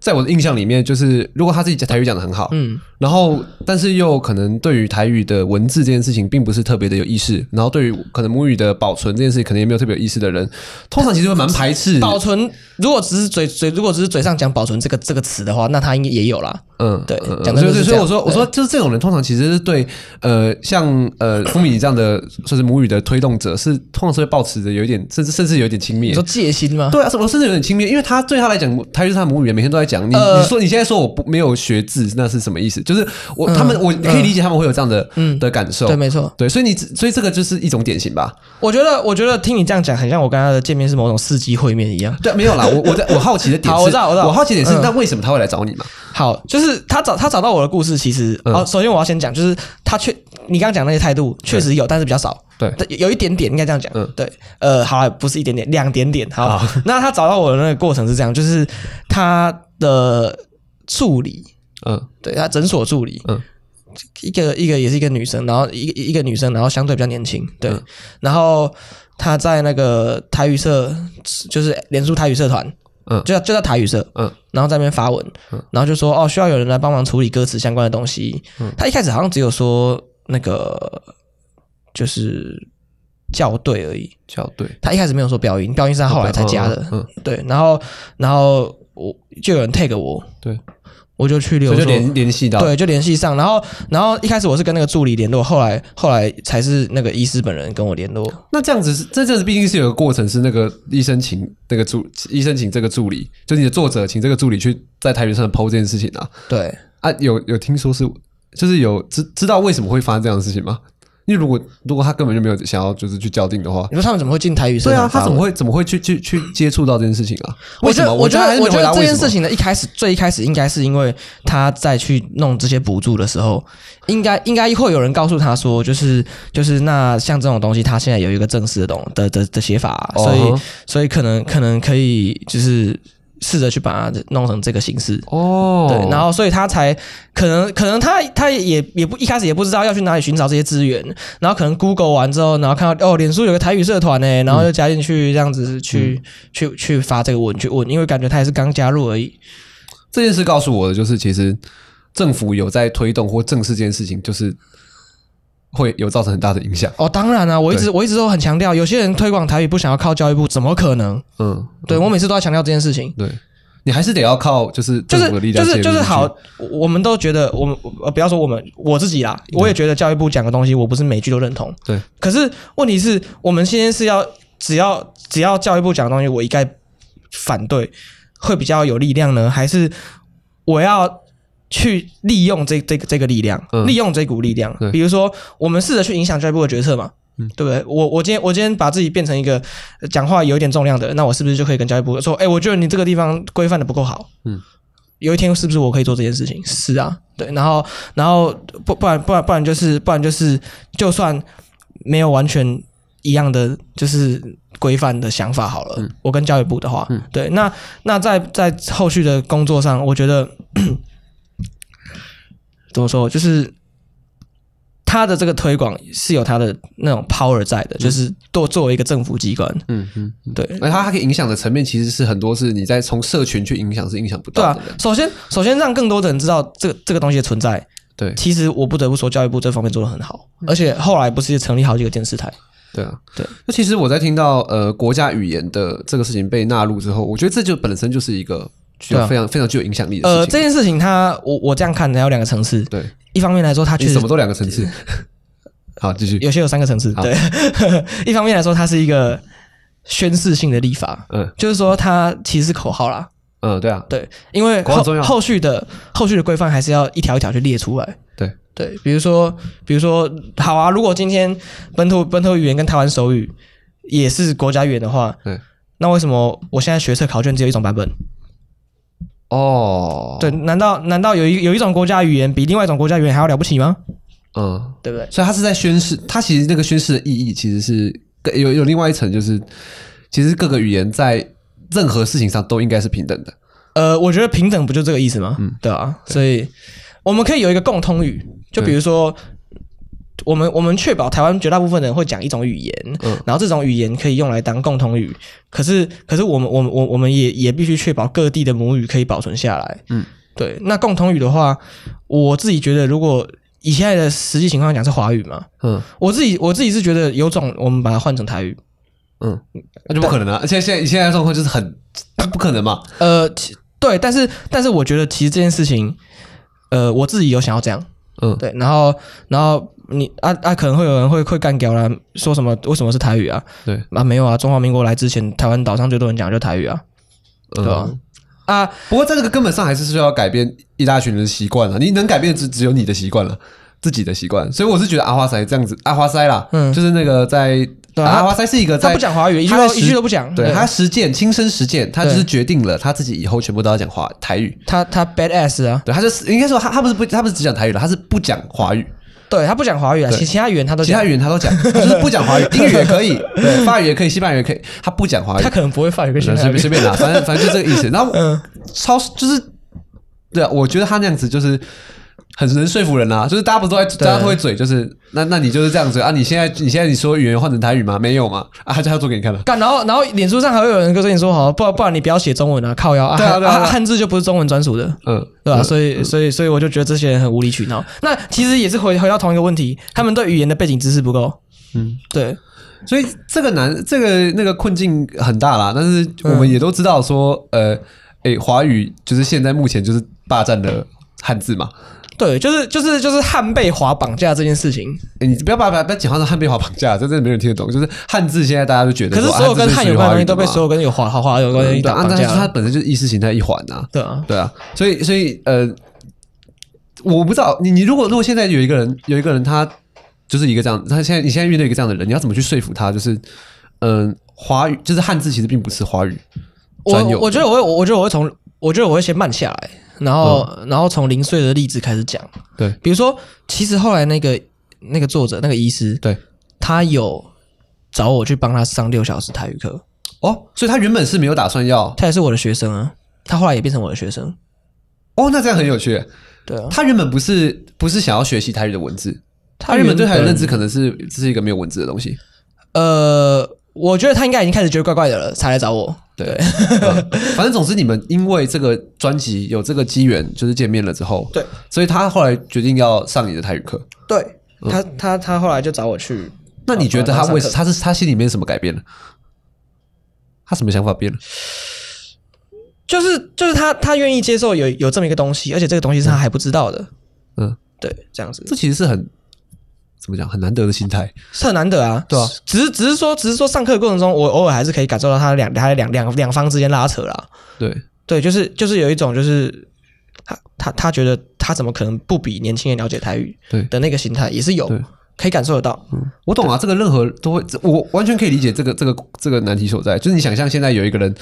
S2: 在我的印象里面，就是如果他自己讲台语讲的很好，
S3: 嗯，
S2: 然后但是又可能对于台语的文字这件事情并不是特别的有意识，然后对于可能母语的保存这件事可能也没有特别有意识的人，通常其实会蛮排斥
S3: 哦保存，如果只是嘴嘴，如果只是嘴上讲保存这个这个词的话，那他应该也有啦。
S2: 嗯，
S3: 对
S2: 嗯嗯
S3: 讲真
S2: 所
S3: 的
S2: 以
S3: 是这
S2: 所以
S3: 样
S2: 我说我说就是这种人，通常其实是对呃像呃风米这样的算是母语的推动者，是通常是会保持着有一点甚至甚至有点轻
S3: 你
S2: 蔑
S3: 说。戒心吗？
S2: 对啊，我甚至有点轻蔑，因为他对他来讲，台语是他母语，每天都在讲。你、
S3: 呃
S2: 你说你现在说我不没有学字，那是什么意思？就是我、他们，我可以理解他们会有这样的、
S3: 嗯
S2: 的感受。
S3: 对，没错。
S2: 对，所以你所以这个就是一种典型吧。
S3: 我觉得，我觉得听你这样讲，很像我跟他的见面是某种四级会面一样。
S2: 对，没有啦， 我我在我好奇的点是，
S3: 好我知道我知道
S2: 好奇的点
S3: 嗯
S2: 是，那为什么他会来找你嘛？
S3: 好，就是他找他找到我的故事，其实、
S2: 嗯
S3: 哦，首先我要先讲，就是他确你刚刚讲那些态度确实有，但是比较少。
S2: 对
S3: 但有有一点点，应该这样讲。
S2: 嗯
S3: 对，呃，好啦，不是一点点，两点点。好， 那他找到我的那个过程是这样，就是他的助理，
S2: 嗯
S3: 对他诊所助理，
S2: 嗯
S3: 一个一个也是一个女生，然后一个一个女生，然后相对比较年轻，对，
S2: 嗯
S3: 然后她在那个台语社，就是连书台语社团。
S2: 嗯
S3: 就叫就叫台语社，
S2: 嗯
S3: 然后在那边发文，然后就说哦，需要有人来帮忙处理歌词相关的东西。
S2: 嗯
S3: 他一开始好像只有说那个就是校对而已，
S2: 校队
S3: 他一开始没有说标音，标音是他后来才加的。
S2: 嗯嗯
S3: 对，然后然后我就有人 tag 我，
S2: 对，
S3: 我就去留
S2: 所
S3: 说
S2: 以就联联系到
S3: 对，就联系上，然后，然后一开始我是跟那个助理联络，后来后来才是那个医师本人跟我联络。
S2: 那这样子是，这这样子毕竟是有个过程，是那个医生请那个助医生请这个助理，就你的作者请这个助理去在台语上抛这件事情啊
S3: 对，
S2: 啊，有有听说是就是有知知道为什么会发生这样的事情吗？因为如果如果他根本就没有想要就是去校定的话，
S3: 你说他们怎么会进台语社
S2: 对
S3: 团
S2: 啊，
S3: 发
S2: 他
S3: 文
S2: 怎么？会怎么会去去去接触到这件事情啊？
S3: 我
S2: 为什
S3: 觉
S2: 么？
S3: 得，我觉
S2: 觉
S3: 得，我觉得这件事
S2: 情。
S3: 情的一开始，最一开始应该是因为他在去弄这些补助的时候，应该应该会有人告诉他说，就是就是那像这种东西，他现在有一个正式的东的的的写法、啊
S2: 哦
S3: 所以所以可能可能可以就是试着去把它弄成这个形式。
S2: 哦，
S3: 对，然后所以他才可能可能他他也也不一开始也不知道要去哪里寻找这些资源，然后可能 Google 完之后，然后看到哦，脸书有个台语社团欸呢，然后就加进去这样子去、
S2: 嗯
S3: 去去发这个文去问，因为感觉他也是刚加入而已。
S2: 这件事告诉我的就是，其实政府有在推动或正视这件事情，就是会有造成很大的影响。
S3: 哦，当然啊，我一直
S2: 对
S3: 我一直都很强调，有些人推广台语不想要靠教育部，怎么可能？
S2: 嗯，
S3: 对我每次都要强调这件事情。
S2: 对，你还是得要靠就是
S3: 就
S2: 政
S3: 是
S2: 府的力
S3: 就
S2: 量
S3: 是
S2: 介
S3: 就
S2: 入
S3: 是
S2: 进去
S3: 好，我我们都觉得我们呃不要说我们我自己啦，我也觉得教育部讲的东西我不是每句都认同，
S2: 对，
S3: 可是问题是我们现在是要只要只要教育部讲的东西我一概反对，会比较有力量呢，还是我要去利用这这个这个力量，
S2: 嗯
S3: 利用这股力量
S2: 对？嗯
S3: 比如说我们试着去影响教育部的决策嘛。对不对？我我今天我今天把自己变成一个呃讲话有一点重量的，那我是不是就可以跟教育部说，哎、我觉得你这个地方规范的不够好，
S2: 嗯
S3: 有一天是不是我可以做这件事情？是啊，对，然后然后不不然不然不然就是不然就是，就算没有完全一样的就是规范的想法好了，
S2: 嗯
S3: 我跟教育部的话，对，那那在在后续的工作上，我觉得 怎么说，就是他的这个推广是有他的那种 power 在的，就是作作为一个政府机关，
S2: 嗯嗯，
S3: 对，
S2: 而它它可以影响的层面其实是很多，是你在从社群去影响是影响不
S3: 对
S2: 到
S3: 啊
S2: 的。，
S3: 首先首先让更多的人知道这个这个东西的存在，
S2: 对
S3: 其实我不得不说，教育部这方面做的很好，
S2: 嗯
S3: 而且后来不是也成立好几个电视台？
S2: 对啊，
S3: 对。
S2: 那其实我在听到呃国家语言的这个事情被纳入之后，我觉得这就本身就是一个具
S3: 对
S2: 有
S3: 啊
S2: 非常非常具有影响力的
S3: 呃，
S2: 事
S3: 这
S2: 情。
S3: 件事情它我我这样看，它有两个层次。
S2: 对，
S3: 一方面来说，它确
S2: 你
S3: 实
S2: 什么都两个层次。 好，继续。
S3: 有些有三个层次。
S2: 好
S3: 对， 一方面来说，它是一个宣示性的立法，
S2: 嗯
S3: 就是说它其实是口号啦。
S2: 嗯，对啊，
S3: 对，因为
S2: 口号
S3: 后
S2: 重要
S3: 后续的后续的规范还是要一条一条去列出来。
S2: 对
S3: 对，比如说，比如说，好啊，如果今天本土本土语言跟台湾手语也是国家语言的话，
S2: 对。
S3: 那为什么我现在学测考卷只有一种版本？
S2: 哦，
S3: 对，，难道难道有一有一种国家语言比另外一种国家语言还要了不起吗？
S2: 嗯，
S3: 对不对？
S2: 所以他是在宣誓，他其实那个宣誓的意义其实是更有有另外一层，就是其实各个语言在任何事情上都应该是平等的。
S3: 呃，我觉得平等不就这个意思吗？对啊，所以我们可以有一个共通语，就比如说。我们我们确保台湾绝大部分人会讲一种语言，然后这种语言可以用来当共同语。可是可是我们我们我我们也也必须确保各地的母语可以保存下来。
S2: 嗯，
S3: 对。那共同语的话，我自己觉得，如果以现在的实际情况讲是华语嘛，
S2: 嗯
S3: 我自己我自己是觉得有种我们把它换成台语，
S2: 嗯，那就不可能了、现在现在现在的状况就是很不可能嘛。
S3: 呃，其对，但是但是我觉得其实这件事情呃，我自己有想要这样，
S2: 嗯
S3: 对，然后然后你啊啊，可能会有人会会干掉啦，说什么为什么是台语啊？
S2: 对，
S3: 啊没有啊，中华民国来之前，台湾岛上最多人讲的就台语啊，对
S2: 嗯
S3: 吧？啊，
S2: 不过在这个根本上还是需要改变一大群人的习惯了。你能改变的只只有你的习惯了，自己的习惯。所以我是觉得阿花塞这样子，阿花塞啦，
S3: 嗯
S2: 就是那个在、
S3: 对啊
S2: 阿花塞是一个在
S3: 他不讲华语，一句
S2: 他
S3: 都
S2: 的实
S3: 一句都嗯不讲，
S2: 对
S3: 对
S2: 他实践亲身实践，他就是决定了他自己以后全部都要讲华台语。
S3: 他他 bad ass 啊，
S2: 对，他就是应该说他他不是不他不是只讲台语了，他是不讲华语，
S3: 对他不讲华语啊，
S2: 对
S3: 其其他语言他都
S2: 其
S3: 讲
S2: 他语言他都讲，他就是不讲华语， 英语也可以，对，法语也可以，西班牙语也可以，他不讲华语
S3: 他，可能不会法语跟西
S2: 随
S3: 班牙
S2: 便
S3: 语，
S2: 随便拿，反正反正就这个意思。然后
S3: 嗯
S2: 超就是，对啊，我觉得他那样子就是很能说服人啦、就是大家不都在大家都会嘴，就是那那你就是这样子啊？你现在你现在你说语言换成台语吗？没有嘛？啊，他就要做给你看了。
S3: 干，然后然后脸书上还会有人跟你说，好，不然不然你不要写中文啊，靠腰啊，
S2: 对啊
S3: 汉
S2: 对啊对啊
S3: 汉字就不是中文专属的，
S2: 嗯，
S3: 对啊吧、所以，所以，所以我就觉得这些人很无理取闹。那其实也是回回到同一个问题，他们对语言的背景知识不够。嗯，对，
S2: 所以这个难，这个那个困境很大啦。但是
S3: 嗯
S2: 我们也都知道说，呃，诶，华语就是现在目前就是霸占了汉字嘛。
S3: 对，就是就是就是汉被华绑架这件事情。
S2: 诶你不要把把把讲话是汉被华绑架，这真的没人听得懂。就是汉字现在大家都觉得
S3: 可
S2: 说，
S3: 是所有
S2: 啊汉字
S3: 跟
S2: 是
S3: 汉
S2: 属于
S3: 有关的
S2: 华
S3: 东
S2: 语
S3: 西都被
S2: 嘛
S3: 所有跟有华华华有关的东西
S2: 嗯对
S3: 打
S2: 啊，
S3: 绑
S2: 但是
S3: 架
S2: 它
S3: 了。
S2: 本身就是意识形态一环呐、
S3: 对啊，
S2: 对啊，所以所以呃，我不知道你你如果如果现在有一个人有一个人他就是一个这样，他现在你现在面对一个这样的人，你要怎么去说服他？就是嗯、华语就是汉字其实并不是华语
S3: 我
S2: 专有
S3: 我觉得我会，我觉得我会从，我觉得我会先慢下来，然后、然后从零碎的例子开始讲。
S2: 嗯对
S3: 比如说，其实后来那个那个作者那个医师，
S2: 对
S3: 他有找我去帮他上六小时台语课，
S2: 哦，所以他原本是没有打算要
S3: 他也是我的学生啊，他后来也变成我的学生。
S2: 哦，那这样很有趣。
S3: 对啊，
S2: 他原本不是不是想要学习台语的文字，他
S3: 他
S2: 原本对台语的认
S3: 原
S2: 知可能是这是一个没有文字的东西。
S3: 呃，我觉得他应该已经开始觉得怪怪的了，才来找我。 对，
S2: 嗯反正总之，你们因为这个专辑有这个机缘，就是见面了之后，
S3: 对，
S2: 所以他后来决定要上你的台语课。
S3: 对他，他他后来就找我去。
S2: 嗯
S3: 呃
S2: 那你觉得他为
S3: 上课
S2: 他是他心里面什么改变了？他什么想法变了？
S3: 就是就是他他愿意接受有有这么一个东西，而且这个东西是他还不知道的。
S2: 嗯，
S3: 对，这样子
S2: 这其实是很怎么讲，很难得的心态。
S3: 是很难得啊。
S2: 对啊，
S3: 只是只是说只是说上课的过程中，我偶尔还是可以感受到他两他两两两方之间拉扯啦。
S2: 对，
S3: 对，就是就是有一种就是他他他觉得他怎么可能不比年轻人了解台语
S2: 对
S3: 的那个心态也是有
S2: 对
S3: 可以感受得到。
S2: 我懂啊，这个任何都会，这我完全可以理解这个这个这个难题所在。就是你想象现在有一个人，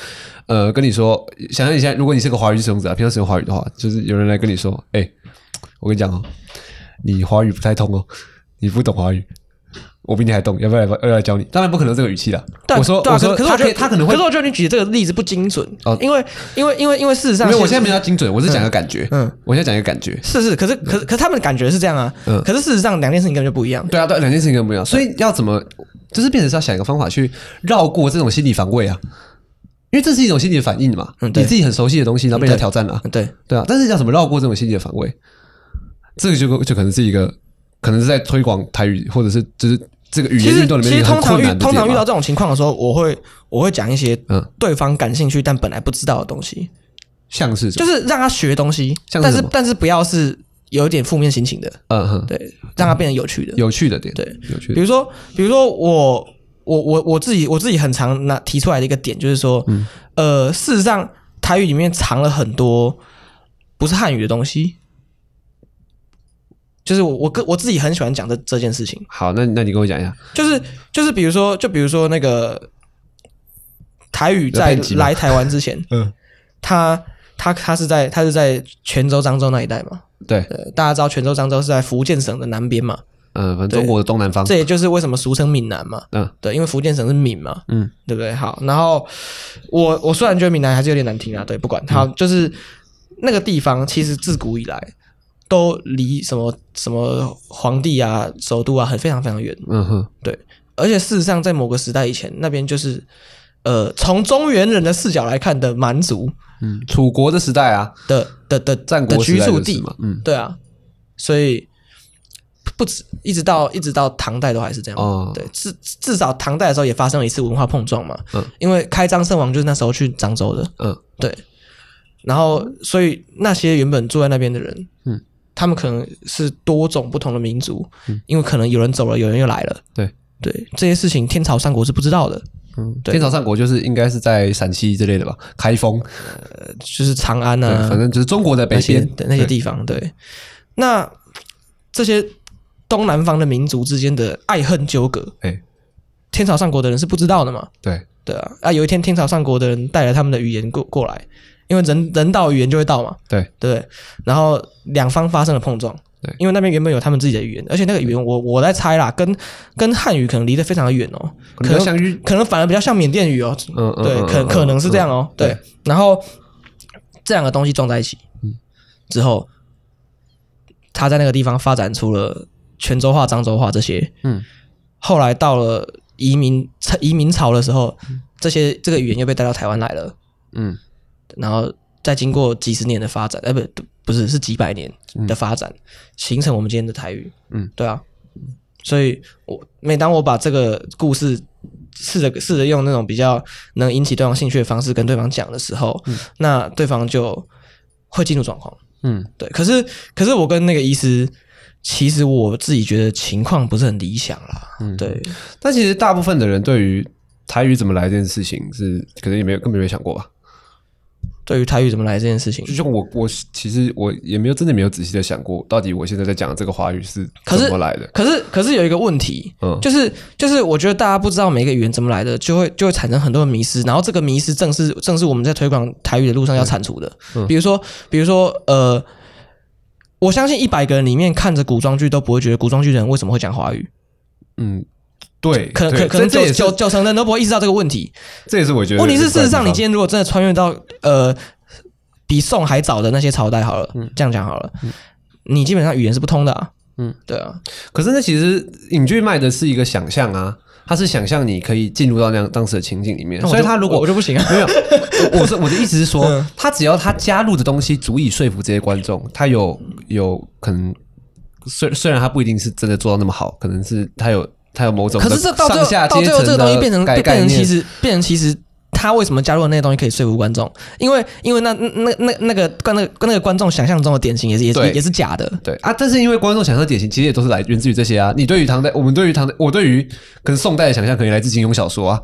S2: 呃，跟你说，想象你现在，如果你是个华语使用者、啊，平常使用华语的话，就是有人来跟你说，哎、我跟你讲哦，你华语不太通哦，你不懂华语，我比你还懂，要不要来要不要来教你？当然不可能这个语气啦。
S3: 但
S2: 我说，
S3: 对啊
S2: 我说，
S3: 可是可是我
S2: 他
S3: 觉
S2: 可
S3: 得
S2: 以他可能会
S3: 可是我觉得你举这个例子不精准
S2: 哦，
S3: 因为因为因为因为事实上，
S2: 没有，我现在没有要精准，我是讲个感觉。
S3: 嗯
S2: 嗯，我现在讲一个感觉。
S3: 是是，可是可是可是他们的感觉是这样啊，
S2: 嗯
S3: 可是事实上两件事情根本就不一样。
S2: 对啊，对啊，两件事情根本不一样，所以要怎么，就是变成是要想一个方法去绕过这种心理防卫啊，因为这是一种心理反应嘛，
S3: 嗯对
S2: 你自己很熟悉的东西，然后被人家
S3: 对
S2: 挑战了啊、
S3: 嗯对，
S2: 对啊，但是要怎么绕过这种心理的防卫，这个就就可能是一个，可能是在推广台语或者是就是这个语
S3: 其
S2: 言
S3: 实
S2: 运动里
S3: 其
S2: 面一
S3: 实
S2: 个很
S3: 通常
S2: 困
S3: 遇
S2: 难的
S3: 通常
S2: 点
S3: 遇
S2: 嘛
S3: 到这种情况的时候，我会我会讲一些
S2: 嗯，
S3: 对方感兴趣但本来不知道的东西，
S2: 像是什
S3: 就
S2: 么
S3: 是让他学东西，
S2: 像是
S3: 但
S2: 什
S3: 是
S2: 么
S3: 但是不要是有点负面心情的，
S2: 嗯哼，
S3: 对，让他变得有趣的。
S2: 有趣的点，
S3: 对，
S2: 有趣
S3: 比
S2: 的，
S3: 如说，比如说我我我我自己我自己很常拿提出来的一个点就是说，
S2: 嗯
S3: 呃，事实上台语里面藏了很多不是汉语的东西，就是我我跟我自己很喜欢讲这这件事情，
S2: 好，那那你跟我讲一下，
S3: 就是就是比如说就比如说那个台语
S2: 有
S3: 在
S2: 配给吗
S3: 来台湾之前，
S2: 嗯，
S3: 他他他是在他是在泉州漳州那一带嘛，
S2: 对，
S3: 呃，大家知道泉州漳州是在福建省的南边嘛，
S2: 嗯、反正中国的东南方，
S3: 这也就是为什么俗称闽南嘛。
S2: 嗯，
S3: 对，因为福建省是闽嘛，
S2: 嗯，
S3: 对不对？好，然后我我虽然觉得闽南还是有点难听啊，对，不管
S2: 嗯
S3: 好，就是那个地方其实自古以来都离什么什么皇帝啊、首都啊很非常非常远，
S2: 嗯哼，
S3: 对，而且事实上在某个时代以前，那边就是呃从中原人的视角来看的蛮族
S2: 嗯，楚国的时代啊，
S3: 的的的
S2: 战
S3: 的
S2: 国时
S3: 居
S2: 代
S3: 住
S2: 就是
S3: 地
S2: 嘛，嗯，
S3: 对啊，所以不止一直到一直到唐代都还是这样。
S2: 哦
S3: 对，至至少唐代的时候也发生了一次文化碰撞嘛。
S2: 嗯
S3: 因为开漳圣王就是那时候去漳州的，
S2: 嗯
S3: 对。然后，所以那些原本住在那边的人，
S2: 嗯，
S3: 他们可能是多种不同的民族，因为可能有人走了，有人又来了。
S2: 对
S3: 对，这些事情天朝三国是不知道的，
S2: 嗯，
S3: 对
S2: 天朝上国就是应该是在陕西之类的吧，开封，
S3: 就是长安
S2: 对，
S3: 啊，
S2: 反正就是中国的北
S3: 那些
S2: 边，
S3: 对那些地方，对。那这些东南方的民族之间的爱恨纠葛，
S2: 哎，
S3: 天朝上国的人是不知道的嘛？
S2: 对，
S3: 对啊，啊，有一天天朝上国的人带了他们的语言过过来，因为人人到语言就会到嘛，
S2: 对
S3: 对不对？然后两方发生了碰撞，
S2: 对
S3: 因为那边原本有他们自己的语言，而且那个语言我我在猜啦，跟跟汉语可能离得非常的远哦，
S2: 可能相遇，
S3: 可能反而比较像缅甸语哦，
S2: 嗯嗯，
S3: 对，
S2: 嗯
S3: 可可能是这样，哦，
S2: 对嗯
S3: 对。然后这两个东西撞在一起，之后他在那个地方发展出了泉州话、漳州话这些，
S2: 嗯，
S3: 后来到了移民移民潮的时候，这些这个语言又被带到台湾来了，
S2: 嗯
S3: 然后再经过几十年的发展，哎、不不是是几百年的发展，形成我们今天的台语。
S2: 嗯，
S3: 对啊。所以我每当我把这个故事试着试着用那种比较能引起对方兴趣的方式跟对方讲的时候，那对方就会进入状况。
S2: 嗯
S3: 对，可是可是我跟那个医师，其实我自己觉得情况不是很理想啦。嗯，对，
S2: 嗯。但其实大部分的人对于台语怎么来这件事情是，可能也没有根本没有想过吧。
S3: 对于台语怎么来这件事情
S2: 就，像我，我其实我也没有真的没有仔细的想过，到底我现在在讲的这个华语是
S3: 可是
S2: 怎么来的。
S3: 可是可是有一个问题，
S2: 嗯
S3: 就是就是我觉得大家不知道每个语言怎么来的，就会就会产生很多的迷失，然后这个迷失正是正是我们在推广台语的路上要铲除的。
S2: 嗯
S3: 比如说比如说呃，我相信一百个人里面看着古装剧都不会觉得古装剧的人为什么会讲华语，
S2: 嗯，对，
S3: 可
S2: 对
S3: 可可能
S2: 这这
S3: 九
S2: 也是
S3: 九九成的人都不会意识到这个问题。
S2: 这也是我觉得
S3: 问题是，事实上，你今
S2: 天
S3: 天如果真的穿越到呃比宋还早的那些朝代好了，这样讲好了，你基本上语言是不通的啊。
S2: 嗯
S3: 嗯，对啊，
S2: 可是那其实影剧卖的是一个想象啊，它是想象你可以进入到那样当时的情景里面，
S3: 那我
S2: 所以
S3: 就
S2: 它如果
S3: 我我就不行啊。
S2: 没有，我我是我的意思是说
S3: 嗯，
S2: 他只要他加入的东西足以说服这些观众，他有有可能，虽虽然他不一定是真的做到那么好，可能是他有他有某种的
S3: 可是这到最
S2: 上下
S3: 后，到最后
S2: 阶
S3: 这
S2: 层
S3: 个
S2: 的
S3: 东西变成
S2: 概
S3: 变
S2: 概
S3: 成
S2: 念
S3: 其实变成其实。他为什么加入的那些东西可以说服观众？因为因为那那那那个观那个那个观众想象中的典型也是也
S2: 对
S3: 是也是假的，
S2: 对啊，但是因为观众想象的典型，其实也都是来源自于这些啊。你对于唐代，我们对于唐代，我对于可能宋代的想象，可以来自金庸小说啊，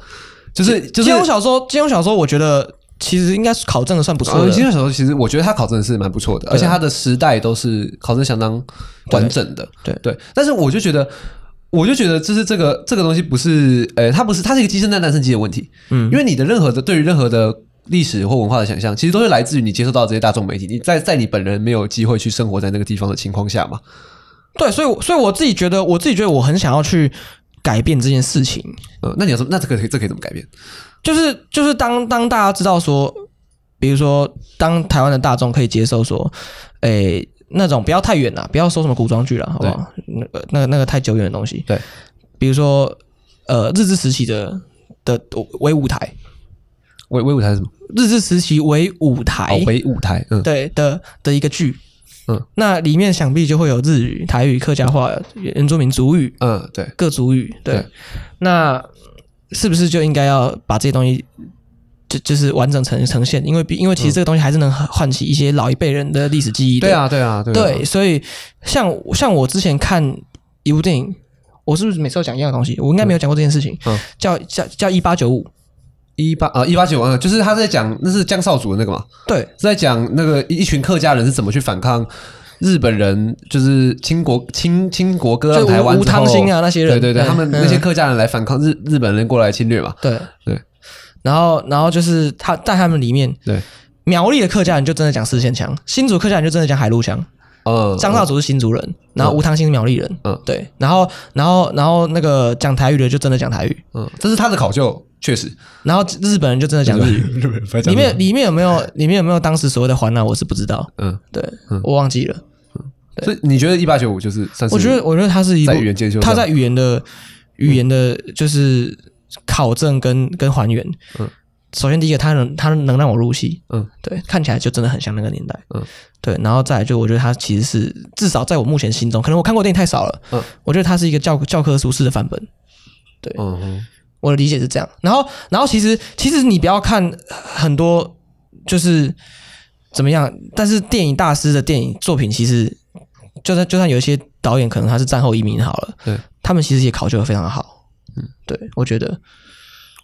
S2: 就是就是
S3: 金庸小说金庸小说，我觉得其实应该是考证的算不错
S2: 呃
S3: 的。
S2: 金庸小说其实我觉得他考证的是蛮不错的，而且他的时代都是考证相当完整的。
S3: 啊对
S2: 对，但是我就觉得，我就觉得就是这个这个东西不是，呃，它不是，它是一个鸡生蛋，蛋生鸡的问题。嗯，因为你的任何的对于任何的。历史或文化的想象，其实都是来自于你接受到这些大众媒体。你在在你本人没有机会去生活在那个地方的情况下嘛？
S3: 对，所以我所以我自己觉得，我自己觉得我很想要去改变这件事情，
S2: 嗯，那你要怎么？那这个可以这可以怎么改变？
S3: 就是就是当当大家知道说，比如说当台湾的大众可以接受说，诶、那种不要太远了，不要说什么古装剧了，好不好？那个那个那个太久远的东西，
S2: 对，
S3: 比如说呃日治时期的的为舞台，
S2: 微微舞台是什么？
S3: 日治时期为舞台，
S2: 哦，微舞台。嗯，
S3: 哎对的的一个剧。
S2: 嗯，
S3: 那里面想必就会有日语、台语、客家话、原住民族语，
S2: 嗯，对，
S3: 各族语，对，
S2: 对
S3: 那是不是就应该要把这些东西就就是完整呈呈现？因为比因为其实这个东西还是能唤唤起一些老一辈人的历史记忆的。
S2: 对，啊，对啊，对啊。
S3: 对，所以像像我之前看一部电影，我是不是每次都讲一样的东西？我应该没有讲过这件事情，
S2: 嗯
S3: 叫叫叫一八九五，
S2: 一八啊，一八九啊，就是他在讲那是江少主的那个嘛，
S3: 对
S2: 是在讲那个一一群客家人是怎么去反抗日本人，就是清国清清国割让
S3: 就
S2: 台湾
S3: 吴吴
S2: 之
S3: 汤
S2: 后
S3: 兴啊那些人
S2: 对对对，
S3: 对
S2: 他们那些
S3: 嗯
S2: 客家人来反抗日日本人过来侵略嘛，
S3: 对
S2: 对。
S3: 然后然后就是他在他们里面，
S2: 对，
S3: 苗栗的客家人就真的讲四线腔，新竹客家人就真的讲海陆腔。
S2: 嗯，
S3: 张少主是新竹人，然后吴汤兴是苗栗人，
S2: 嗯
S3: 嗯，对，然后然后然后那个讲台语的就真的讲台语，
S2: 嗯，这是他的考究，确实
S3: 然后日本人就真的讲日语。
S2: 日本人
S3: 里面里面有没有里面有没有当时所谓的环南，我是不知道，
S2: 嗯，
S3: 对我忘记了。
S2: 所以你觉得一八九五就是算是
S3: 我觉得我觉得它是一部
S2: 在语言接受上
S3: 它在语言的语言的就是考证跟跟还原。
S2: 嗯
S3: 首先第一个，它能它能让我入戏，
S2: 嗯，
S3: 对，看起来就真的很像那个年代，
S2: 嗯，
S3: 对，然后再来就我觉得它其实是至少在我目前心中，可能我看过的电影太少了，
S2: 嗯，
S3: 我觉得它是一个教教科书式的范本，
S2: 嗯哼
S3: 我的理解是这样。然后，然后其实其实你不要看呃很多就是怎么样，但是电影大师的电影作品其实就算就算有一些导演可能他是战后移民好了，
S2: 对，
S3: 他们其实也考究的非常好。嗯，对，我觉得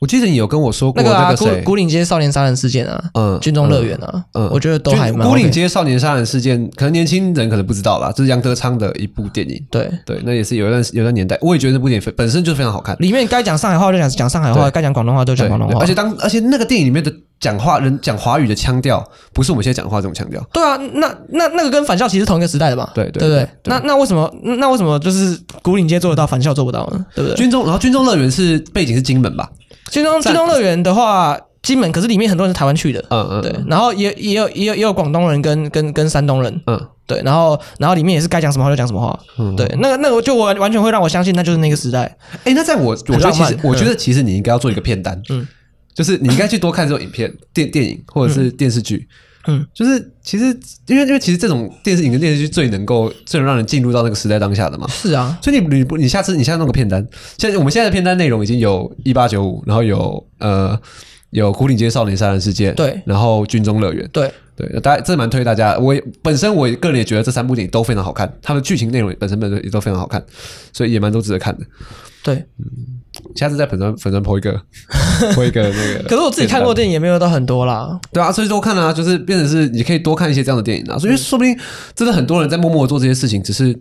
S2: 我记得你有跟我说过
S3: 那个啊，
S2: 个
S3: 古
S2: 谁，
S3: 古岭街少年杀人事件啊，
S2: 嗯
S3: 军中乐园啊，
S2: 嗯
S3: 我觉得都还蛮
S2: 孤岭
S3: OK
S2: 街少年杀人事件，可能年轻人可能不知道啦，这是杨德昌的一部电影。
S3: 对。
S2: 对，那也是有一段有一段年代，我也觉得那部电影本身就非常好看。
S3: 里面该讲上海话就讲讲上海话，
S2: 对
S3: 该讲广东话就讲
S2: 对，
S3: 广东话。
S2: 而且当而且那个电影里面的讲话人讲华语的腔调，不是我们现在讲话这种腔调。
S3: 对啊，那那那个跟返校其实同一个时代的嘛，
S2: 对对
S3: 对不
S2: 对
S3: 那那为什么那为什么就是古岭街做得到，返校做不到
S2: 嗯
S3: 呢？对不对？
S2: 军中，然后军中乐园是背景是金门吧？
S3: 金钟金钟乐园的话，金门可是里面很多人是台湾去的，
S2: 嗯嗯，
S3: 对，然后也也有也有也有广东人跟跟跟山东人，
S2: 嗯，
S3: 对，然后然后里面也是该讲什么话就讲什么话，对，那个那个就我完完全会让我相信那就是那个时代，
S2: 哎，那这样我我觉得
S3: 浪
S2: 其
S3: 漫嗯
S2: 实我觉得其实你应该要做一个片单，嗯，就是你应该去多看这种影片、电电影或者是电视剧，
S3: 嗯，
S2: 就是其实因为因为其实这种电视影跟电视剧最能够最能让人进入到那个时代当下的嘛。
S3: 是啊，
S2: 所以你你不你下次你现在弄个片单，现在我们现在的片单内容已经有一八九五，然后有呃有古岭街少年杀人事件，
S3: 对
S2: 然后军中乐园，
S3: 对，
S2: 对，大家这蛮推大家。我也本身我个人也觉得这三部电影都非常好看，它们剧情内容本身本身也都非常好看，所以也蛮都值得看的。
S3: 对，
S2: 下次在粉砖粉砖播一个播一个那个，
S3: 可是我自己看过的电影也没有到很多啦，
S2: 对啊，所以多看啊，就是变成是你可以多看一些这样的电影啊，所以说不定真的很多人在默默地做这些事情，只是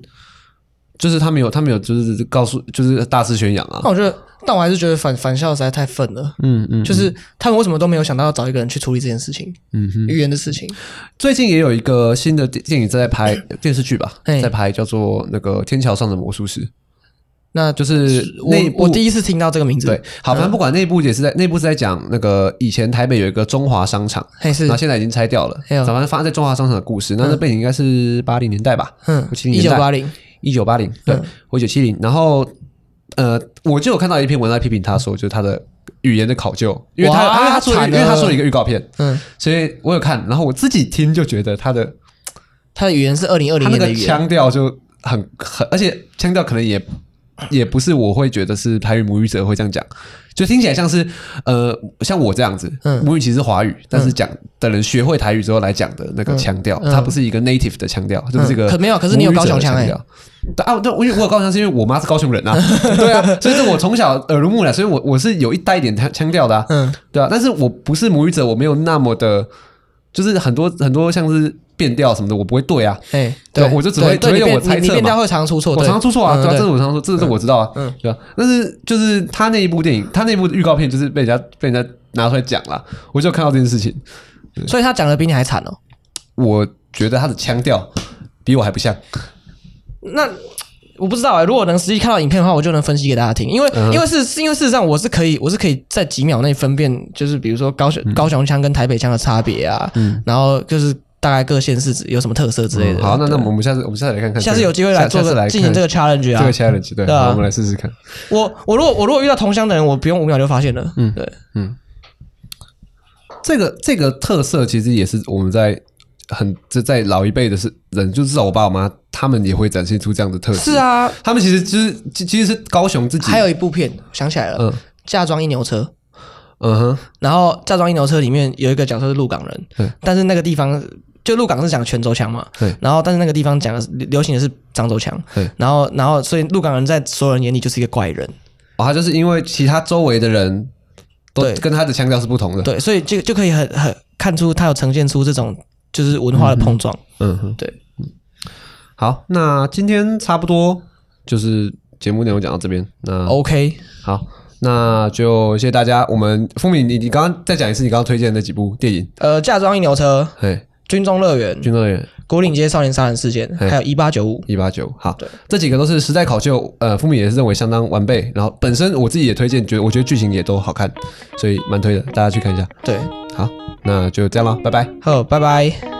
S2: 就是他没有他没有就是告诉就是大肆宣扬啊
S3: 那，我觉得，但我还是觉得返返校实在太愤了，
S2: 嗯嗯，
S3: 就是他们为什么都没有想到要找一个人去处理这件事情，
S2: 嗯哼，
S3: 语言的事情，
S2: 最近也有一个新的电电影在拍电视剧吧，
S3: 嘿
S2: 在拍叫做那个《天桥上的魔术师》，
S3: 那就
S2: 就是那一
S3: 我
S2: 部
S3: 我第一次嗯听到这个名字，
S2: 对，好，反正不管那一部也是在那一部是在讲那个以前台北有一个中华商场，
S3: 还是
S2: 然后现在已经拆掉了，
S3: 哎呦
S2: 反正发生在中华商场的故事，那这背景应该是八零年代吧，
S3: 嗯
S2: 70
S3: 一
S2: 年
S3: 九
S2: 代
S3: 八零，
S2: 一九八零对
S3: 嗯，
S2: 或一九七零，然后呃，我就有看到一篇文章批评他说，就是他的语言的考究，因为他
S3: 哇
S2: 因为他说
S3: 惨
S2: 因
S3: 了
S2: 为他说了一个预告片，
S3: 嗯，
S2: 所以我有看，然后我自己听就觉得他的
S3: 他的语言是二零二零
S2: 他那
S3: 年的
S2: 个
S3: 语言，
S2: 腔调就很很，而且腔调可能也也不是我会觉得是台语母语者会这样讲，就听起来像是呃像我这样子，
S3: 嗯
S2: 母语其实是华语，但是讲的人学会台语之后来讲的那个腔调，
S3: 嗯
S2: 它不是一个 native 的腔调，这不是一个
S3: 可没有可是你有
S2: 母语者的
S3: 高雄腔欸
S2: 调。对啊，对，我因为我有高雄腔，是因为我妈是高雄人啊， 对啊，所以这我从小耳濡目染，所以我我是有一带一点腔腔调的啊，
S3: 嗯，
S2: 对啊，但是我不是母语者，我没有那么的，就是很多很多像是变调什么的，我不会对啊，
S3: 哎，
S2: 对我就只会
S3: 对对
S2: 只会
S3: 你
S2: 用
S3: 变
S2: 我猜
S3: 你你
S2: 测
S3: 变
S2: 嘛
S3: 调会常出错，
S2: 我
S3: 对
S2: 常常出错啊，
S3: 嗯
S2: 对啊，这
S3: 对
S2: 是我常说，这是我知道啊，
S3: 嗯
S2: 对啊。但是就是他那一部电影，他那部预告片就是被人家被人家拿出来讲了，我就有看到这件事情，
S3: 所以他讲的比你还惨哦。
S2: 我觉得他的腔调比我还不像，
S3: 那我不知道哎、如果能实际看到影片的话，我就能分析给大家听，因为、
S2: 嗯哼
S3: 因为是是因为事实上我是可以我是可以在几秒内分辨，就是比如说高雄、高雄腔跟台北腔的差别啊，然后就是大概各县市有什么特色之类的。
S2: 嗯好，那那
S3: 对啊
S2: 我们下次我们下次来看看这个，
S3: 下次有机会来
S2: 下
S3: 做
S2: 下次
S3: 个
S2: 来
S3: 进行这
S2: 看
S3: 个 challenge
S2: 这
S3: 啊。
S2: 个 challenge，对，
S3: 对啊
S2: 好我们来试试看。
S3: 我我如果我如果遇到同乡的人，我不用五秒就发现了。嗯，对，
S2: 这个这个特色其实也是我们在很这在老一辈的是人，就至少我爸我妈他们也会展现出这样的特质。
S3: 是，啊。
S2: 他们其实就是其其实是高雄自己，
S3: 还有一部片想起来了，
S2: 嗯
S3: 嫁妆一牛车。
S2: 嗯哼，
S3: 然后《嫁妆一牛车》里面有一个角色是鹿港人，
S2: 对
S3: 但是那个地方就鹿港是讲泉州腔嘛，
S2: 对
S3: 然后但是那个地方讲的是流行的是漳州腔，
S2: 对
S3: 然后然后所以鹿港人在所有人眼里就是一个怪人，
S2: 哦，他就是因为其他周围的人都
S3: 对
S2: 跟他的腔调是不同的。，
S3: 对，所以就就可以很很看出他有呈现出这种就是文化的碰撞，
S2: 嗯哼，
S3: 对。
S2: 好，那今天差不多就是节目内容讲到这边。那
S3: OK，
S2: 好，那就谢谢大家。我们付敏，你你刚刚再讲一次你刚刚推荐的那几部电影，
S3: 呃，《嫁妆一牛车》《
S2: 嘿，
S3: 军中乐园》
S2: 《
S3: 《
S2: 军乐园》
S3: 古岭街少年杀人事件》
S2: 嘿
S3: 还有一八九五，
S2: 一八九，好，这几个都是时代考究，呃，父母也是认为相当完备，然后本身我自己也推荐，觉得我觉得剧情也都好看，所以蛮推的，大家去看一下。
S3: 对，
S2: 好，那就这样了，拜拜。
S3: 好，拜拜。